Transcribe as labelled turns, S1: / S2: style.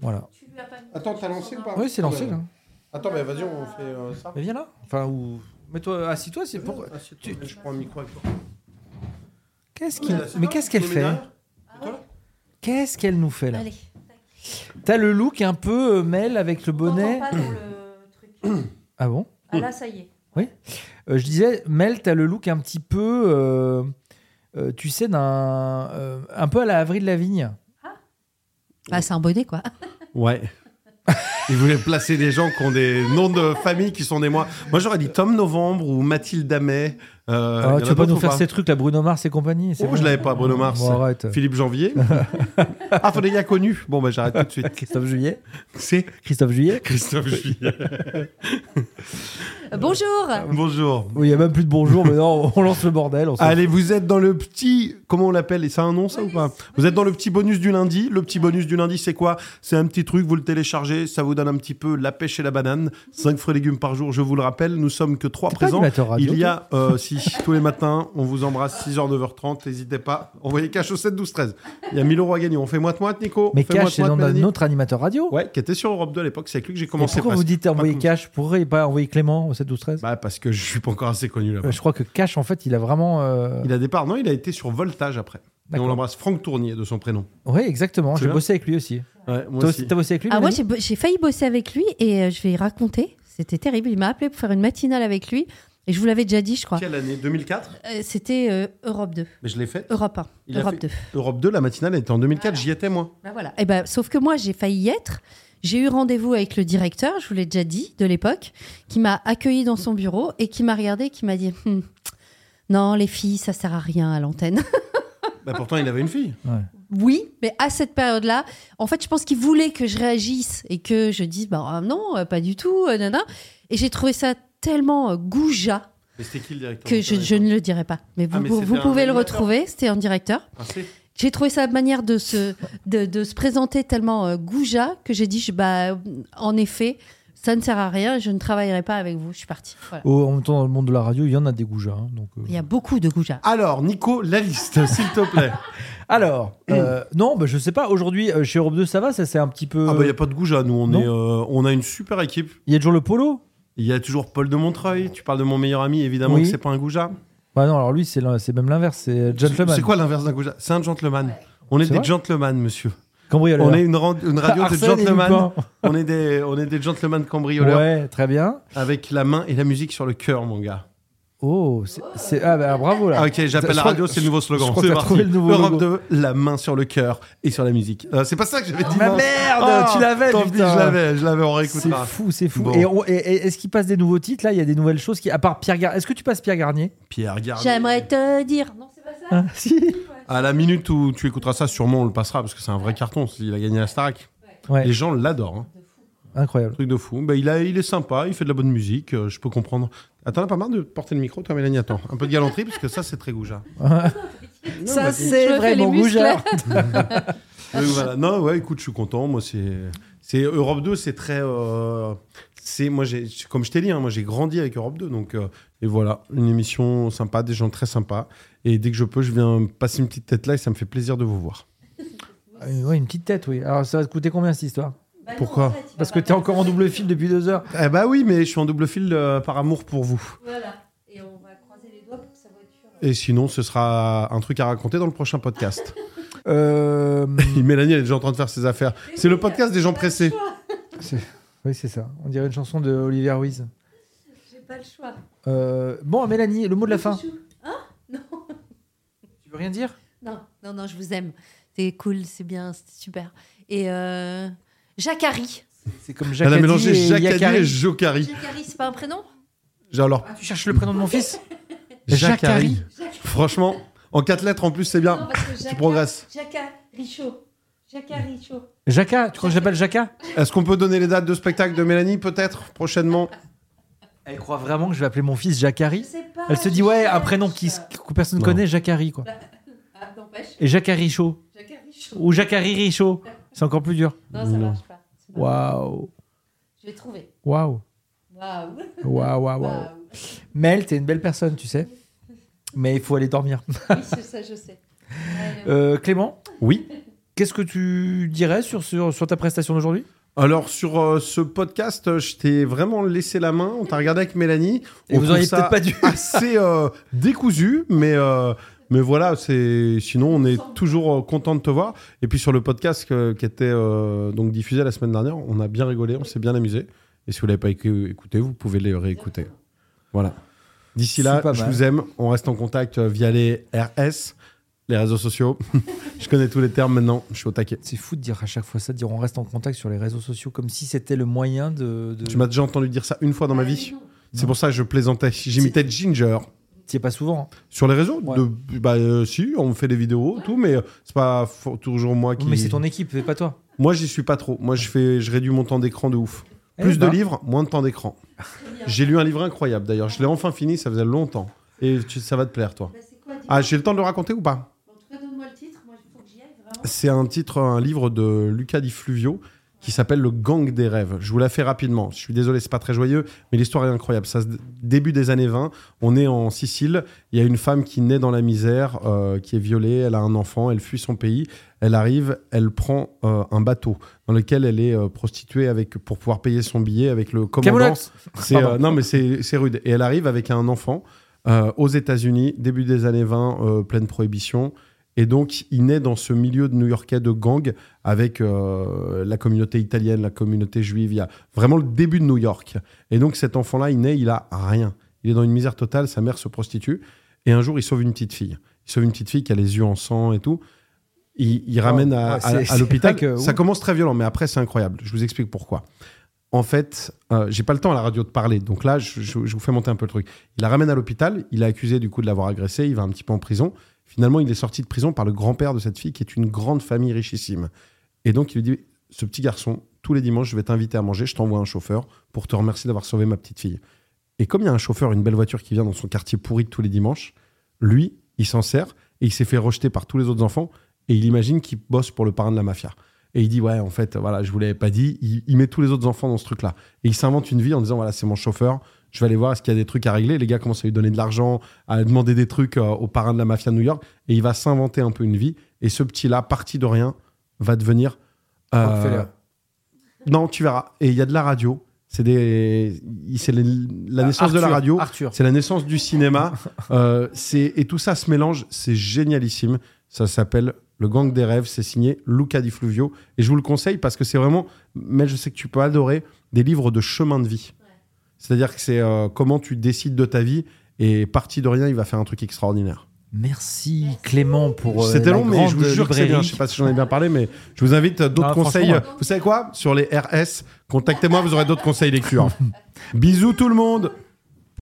S1: Voilà.
S2: Attends, t'as lancé ou pas
S1: Ah Oui, c'est lancé là.
S2: Attends, mais vas-y, on fait euh, ça.
S1: Mais viens là. Enfin, ou. Mets-toi, assis-toi, c'est pour.
S2: Ah, si, attends, Je prends un micro avec toi.
S1: Qu'est-ce qu'il- Mais qu'est-ce qu'elle fait Qu'est-ce qu'elle nous fait là
S3: Allez,
S1: T'as le look un peu euh, mêle avec le
S3: on
S1: bonnet.
S3: pas dans le truc.
S1: Ah bon
S3: Ah là, ça y est.
S1: Euh, Je disais, Mel, t'as le look un petit peu, euh, euh, tu sais, d'un euh, un peu à la Avril Lavigne.
S3: Bah, c'est un bonnet, quoi.
S2: Ouais. Il voulait placer des gens qui ont des noms de famille qui sont des mois. Moi, j'aurais dit Tom Novembre ou Mathilde Amet. Euh,
S1: Ah,
S2: il y en
S1: tu veux
S2: a
S1: pas
S2: d'autres
S1: nous
S2: ou
S1: faire ces trucs, là, Bruno Mars et compagnie c'est
S2: Oh, je
S1: bon.
S2: l'avais pas, Bruno Mars.
S1: Bon, arrête.
S2: Philippe Janvier. ah, fallait y a connu. Bon, bah, j'arrête tout de suite.
S1: Christophe Juillet.
S2: C'est
S1: Christophe Juillet.
S2: Christophe Juillet.
S3: Euh, Bonjour
S2: Bonjour.
S1: Oui, il y a même plus de bonjour, mais non, on lance le bordel. on s'en
S2: Allez, vous êtes dans le petit. Comment on l'appelle Et ça a un nom, ça ou pas Vous êtes dans le petit bonus du lundi. Le petit bonus du lundi, c'est quoi C'est un petit truc, vous le téléchargez, ça vous donne un petit peu la pêche et la banane. 5 fruits et légumes par jour, je vous le rappelle. Nous sommes que 3
S1: T'es pas
S2: présents.
S1: animateur radio,
S2: Il y a, euh, si, tous les matins, on vous embrasse 6h, 9h30. N'hésitez pas. Envoyez cash au 7, 12, 13. Il y a 1000 euros à gagner. On fait moite-moite, Nico
S1: Mais
S2: On fait moite-moite,
S1: Cash, c'est dans
S2: Mélanie
S1: un autre animateur radio.
S2: Ouais, qui était sur Europe 2 à l'époque. C'est avec lui que j'ai
S1: Et
S2: commencé.
S1: pourquoi
S2: presque.
S1: vous dites envoyer
S2: Pas
S1: Cash Pourquoi pas envoyer Clément au 7 12 13
S2: Bah, parce que je suis pas encore assez connu là-bas.
S1: Euh, Je crois que Cash, en fait, il a vraiment. euh,
S2: Il a départ. Non, il a été sur Voltage après. Et on
S1: D'accord.
S2: l'embrasse. Franck Tournier de son prénom.
S1: Oui, exactement.
S2: C'est
S1: J'ai
S2: bien.
S1: bossé avec lui aussi.
S2: Ouais, moi
S1: Toi
S2: aussi.
S1: aussi, t'as bossé avec lui
S3: Ah, moi,
S1: Mélanie
S3: j'ai bo- j'ai failli bosser avec lui et euh, je vais raconter. C'était terrible. Il m'a appelé pour faire une matinale avec lui. Et je vous l'avais déjà dit, je crois.
S2: Quelle année 2004
S3: Euh, C'était euh, Europe 2.
S2: Mais je l'ai faite.
S3: Europe 1.
S2: Il a
S3: Europe
S2: fait-
S3: 2.
S2: Europe 2, la matinale elle était en 2004, j'y étais moi.
S3: Bah, voilà. Et ben, sauf que moi, j'ai failli y être. J'ai eu rendez-vous avec le directeur, je vous l'ai déjà dit, de l'époque, qui m'a accueilli dans son bureau et qui m'a regardé et qui m'a dit Hum, Non, les filles, ça sert à rien à l'antenne.
S2: Bah, pourtant, il avait une fille.
S3: Oui, mais à cette période-là, en fait, je pense qu'il voulait que je réagisse et que je dise bah ah non, euh, pas du tout, euh, nana. Et j'ai trouvé ça tellement euh, goujat
S2: Mais c'était qui le directeur
S3: que je, je ne le dirai pas. Mais vous,
S2: Ah, mais
S3: vous,
S2: c'était
S3: vous
S2: un
S3: pouvez le
S2: animateur.
S3: retrouver, c'était un directeur.
S2: Ah, c'est-
S3: J'ai trouvé sa manière de se, de, de se présenter tellement euh, goujat que j'ai dit je- bah, en effet, ça ne sert à rien, je ne travaillerai pas avec vous, je suis partie. Voilà.
S1: Oh, en même temps, dans le monde de la radio, il y en a des goujats. hein, donc, euh.
S3: Il y a beaucoup de goujats.
S2: Alors, Nico, la liste, s'il te plaît.
S1: Alors, euh, non, bah, je sais pas. Aujourd'hui, euh, chez Europe 2, ça va Ça, c'est un petit peu.
S2: Ah, bah, il n'y a pas de goujat, nous. On,
S1: Non.
S2: est, euh, on a une super équipe.
S1: Il y a toujours le polo
S2: Il y a toujours Paul de Montreuil. Tu parles de mon meilleur ami, évidemment
S1: Oui.
S2: que c'est pas un goujat.
S1: Bah non, alors lui, c'est l'in- c'est même l'inverse. C'est gentleman.
S2: C'est quoi l'inverse d'un goujat C'est un gentleman. On est,
S1: C'est
S2: des
S1: vrai
S2: gentlemen, monsieur.
S1: Cambrioleur.
S2: On est une, ran- une radio de
S1: Arsène et
S2: gentlemen.
S1: Lupin.
S2: On est des, on est des gentlemen cambrioleurs
S1: Ouais, très bien.
S2: avec la main et la musique sur le cœur, mon gars.
S1: Oh, c'est- c'est. Ah, bah, bravo là.
S2: Ah, ok,
S1: Je
S2: j'appelle la
S1: crois
S2: radio,
S1: que-
S2: c'est le nouveau slogan.
S1: je crois
S2: C'est
S1: que t'as
S2: parti.
S1: trouvé le nouveau
S2: Europe
S1: logo.
S2: 2, la main sur le cœur et sur la musique. Euh, c'est pas ça que j'avais dit.
S1: Ma
S2: mince.
S1: merde
S2: Ah,
S1: Tu l'avais,
S2: Tant pis,
S1: putain.
S2: je l'avais, je l'avais, on
S1: C'est
S2: réécoutera.
S1: fou, c'est fou.
S2: Bon.
S1: Et, on- et- et est-ce qu'il passe des nouveaux titres là Il y a des nouvelles choses qui. À part Pierre Garnier. Est-ce que tu passes Pierre Garnier
S2: Pierre, Garnier.
S3: J'aimerais te dire. Non, c'est pas ça.
S1: Ah, Si.
S2: À la minute où tu écouteras ça, sûrement on le passera parce que c'est un vrai carton. Il a gagné la Starac.
S1: Ouais.
S2: Les gens l'adorent. hein.
S1: Incroyable.
S2: Truc de fou. Bah, il, a, il est sympa, il fait de la bonne musique, euh, je peux comprendre. Attends, pas marre de porter le micro, toi, Mélanie Attends, un peu de galanterie parce que ça, c'est très goujat.
S1: Ça,
S3: Je me
S1: c'est
S3: fais
S1: vraiment
S3: les muscles.
S1: goujat.
S2: Donc, voilà. Non, ouais, écoute, je suis content. Moi, c'est. C'est Europe 2, c'est très. euh, c'est moi, j'ai comme je t'ai dit, hein, moi j'ai grandi avec Europe 2, donc euh, et voilà, une émission sympa, des gens très sympas, et dès que je peux, je viens passer une petite tête là et ça me fait plaisir de vous voir.
S1: Euh, ouais, une petite tête, oui. Alors ça va te coûter combien cette histoire
S2: Pourquoi
S1: Parce que t'es encore en double fil depuis deux heures.
S2: Eh bah oui, mais je suis en double fil euh, par amour pour vous.
S3: Voilà. Et on va croiser les doigts pour que sa voiture. euh,
S2: Et sinon, ce sera un truc à raconter dans le prochain podcast.
S1: Euh,
S2: Mélanie, elle est déjà en train de faire ses affaires. C'est le podcast des gens pressés.
S1: oui, c'est ça. On dirait une chanson de Olivier Ruiz.
S3: J'ai pas le choix.
S1: Euh, Bon, Mélanie, le mot de la fin. Tu veux rien dire
S3: Non, non, non, je vous aime. C'est cool, c'est bien, c'est super. Et euh, Jacari.
S1: C'est comme Jacques
S2: Elle a mélangé
S1: et
S2: Jacques
S1: Yakari.
S2: et Jocari.
S3: Jacari, c'est pas un prénom
S2: Alors,
S1: Ah, tu cherches le prénom de mon fils Jacques
S2: Jacques Harry. Franchement, En quatre lettres en plus, c'est bien.
S4: Non, parce que Jacques-
S2: tu progresses.
S4: Jacques Richaud. Jacques Richaud.
S1: Jacka, tu crois que j'appelle Jacka
S2: Est-ce qu'on peut donner les dates de spectacle de Mélanie peut-être prochainement
S1: Elle croit vraiment que je vais appeler mon fils
S4: Je
S1: Jacari
S4: sais pas.
S1: Elle
S4: je
S1: se dit ouais, un
S4: cherche.
S1: prénom qui se- que personne ne
S2: Non.
S1: connaît, Jacari quoi.
S4: Ah, n'empêche,
S1: Et Jacari Chaud
S4: Jacques Richaud.
S1: ou Jacari Richaud, c'est encore plus dur.
S4: Non, ça
S2: Non.
S4: marche pas. C'est pas-
S1: Waouh,
S4: Je vais trouver.
S1: waouh,
S4: Waouh.
S1: waouh, waouh. waouh.
S4: Waouh.
S1: Mel, t'es une belle personne, tu sais. Mais il faut aller dormir.
S4: Oui, c'est ça, je sais. Allez,
S1: Euh, Clément,
S2: Oui.
S1: qu'est-ce que tu dirais sur, sur, sur ta prestation d'aujourd'hui
S2: Alors sur euh, ce podcast, euh, je t'ai vraiment laissé la main. On t'a regardé avec Mélanie.
S1: Et
S2: On
S1: vous
S2: trouve
S1: auriez
S2: ça
S1: peut-être pas dû.
S2: assez euh, décousu, mais euh, mais voilà. C'est sinon on est toujours euh, content de te voir. Et puis sur le podcast que- qui était euh, donc diffusé la semaine dernière, on a bien rigolé, on s'est bien amusé. Et si vous l'avez pas écu- écouté, vous pouvez le réécouter. Voilà. D'ici là,
S1: C'est pas
S2: je
S1: mal.
S2: vous aime. On reste en contact euh, via les RS, les réseaux sociaux. je connais tous les termes maintenant. Je suis au taquet.
S1: C'est fou de dire à chaque fois ça, de dire on reste en contact sur les réseaux sociaux comme si c'était le moyen de. de...
S2: Tu m'as déjà entendu dire ça une fois dans
S1: Ah
S2: ma vie. C'est pour ça que je plaisantais. J'imitais Ginger.
S1: T'y es pas souvent. hein.
S2: Sur les réseaux
S1: Ouais.
S2: de, Bah euh, si, on fait des vidéos, tout, mais euh, c'est pas fo- toujours moi qui...
S1: Mais c'est ton équipe, c'est pas toi.
S2: Moi, j'y suis pas trop. Moi, je, fais, je réduis mon temps d'écran de ouf.
S1: Eh
S2: Plus
S1: ben.
S2: de livres, moins de temps d'écran. J'ai lu un livre incroyable, d'ailleurs. Je l'ai enfin fini, ça faisait longtemps. Et tu- ça va te plaire, toi.
S4: bah, c'est quoi, dis-moi.
S2: Ah, j'ai le temps de le raconter ou pas
S1: Ah.
S4: En tout cas, donne-moi le titre. Moi, il faut que j'y aille vraiment.
S2: C'est un titre, un livre de Luca Di Fluvio qui s'appelle Le Gang des rêves. Je vous la fais rapidement. Je suis désolé, c'est pas très joyeux, mais l'histoire est incroyable. Ça, se- début des années 20, on est en Sicile. Il y a une femme qui naît dans la misère, euh, qui est violée. Elle a un enfant. Elle fuit son pays. Elle arrive. Elle prend euh, un bateau dans lequel elle est euh, prostituée avec pour pouvoir payer son billet avec le commandant.
S1: Camoulox
S2: C'est,
S1: Pardon.
S2: euh, non, mais c'est c'est rude. Et elle arrive avec un enfant euh, aux États-Unis, début des années 20, euh, pleine prohibition. Et donc, il naît dans ce milieu de New-Yorkais de gang avec euh, la communauté italienne, la communauté juive. Il y a vraiment le début de New York. Et donc, cet enfant-là, il naît, il a rien. Il est dans une misère totale. Sa mère se prostitue. Et un jour, il sauve une petite fille. Il sauve une petite fille qui a les yeux en sang et tout. Il, il ramène à,
S1: ouais, c'est-
S2: à- à
S1: Oh. Ah, c'est vrai
S2: l'hôpital.
S1: que-
S2: Ça
S1: ouh.
S2: commence très violent, mais après, c'est incroyable. Je vous explique pourquoi. En fait, euh, j'ai pas le temps à la radio de parler, donc là, je, je- je vous fais monter un peu le truc. Il la ramène à l'hôpital, il est accusé du coup de l'avoir agressée, il va un petit peu en prison. Finalement, il est sorti de prison par le grand-père de cette fille, qui est une grande famille richissime. Et donc, il lui dit Ce petit garçon, tous les dimanches, je vais t'inviter à manger, je t'envoie un chauffeur pour te remercier d'avoir sauvé ma petite fille. Et comme il y a un chauffeur, une belle voiture qui vient dans son quartier pourri tous les dimanches, lui, il s'en sert et il s'est fait rejeter par tous les autres enfants et il imagine qu'il bosse pour le parrain de la mafia. Et il dit ouais en fait voilà je vous l'avais pas dit il, il met tous les autres enfants dans ce truc là et il s'invente une vie en disant voilà c'est mon chauffeur je vais aller voir est-ce qu'il y a des trucs à régler les gars commencent à lui donner de l'argent à demander des trucs euh, au parrain de la mafia de New York et il va s'inventer un peu une vie et ce petit là parti de rien va devenir euh,
S1: Rockefeller.
S2: non tu verras et il y a de la radio c'est des il- c'est les- la naissance de la
S1: Ah, Arthur,
S2: radio
S1: Arthur.
S2: c'est la naissance du cinéma. Euh, c'est- et tout ça se mélange. C'est génialissime. Ça s'appelle Le Gang des Rêves. C'est signé Luca Di Fluvio. Et je vous le conseille parce que c'est vraiment, mais je sais que tu peux adorer, des livres de chemin de vie. C'est-à-dire que c'est euh, comment tu décides de ta vie. Et parti de rien, il va faire un truc extraordinaire.
S1: Merci Clément pour. euh,
S2: C'était
S1: la
S2: long, mais je vous
S1: grande
S2: jure que c'est bien.
S1: librairie.
S2: Je sais pas si j'en ai bien parlé, mais je vous invite à d'autres
S1: Ah,
S2: conseils.
S1: franchement,
S2: Vous savez quoi Sur les RS, contactez-moi, vous aurez d'autres conseils lecture. Bisous tout le monde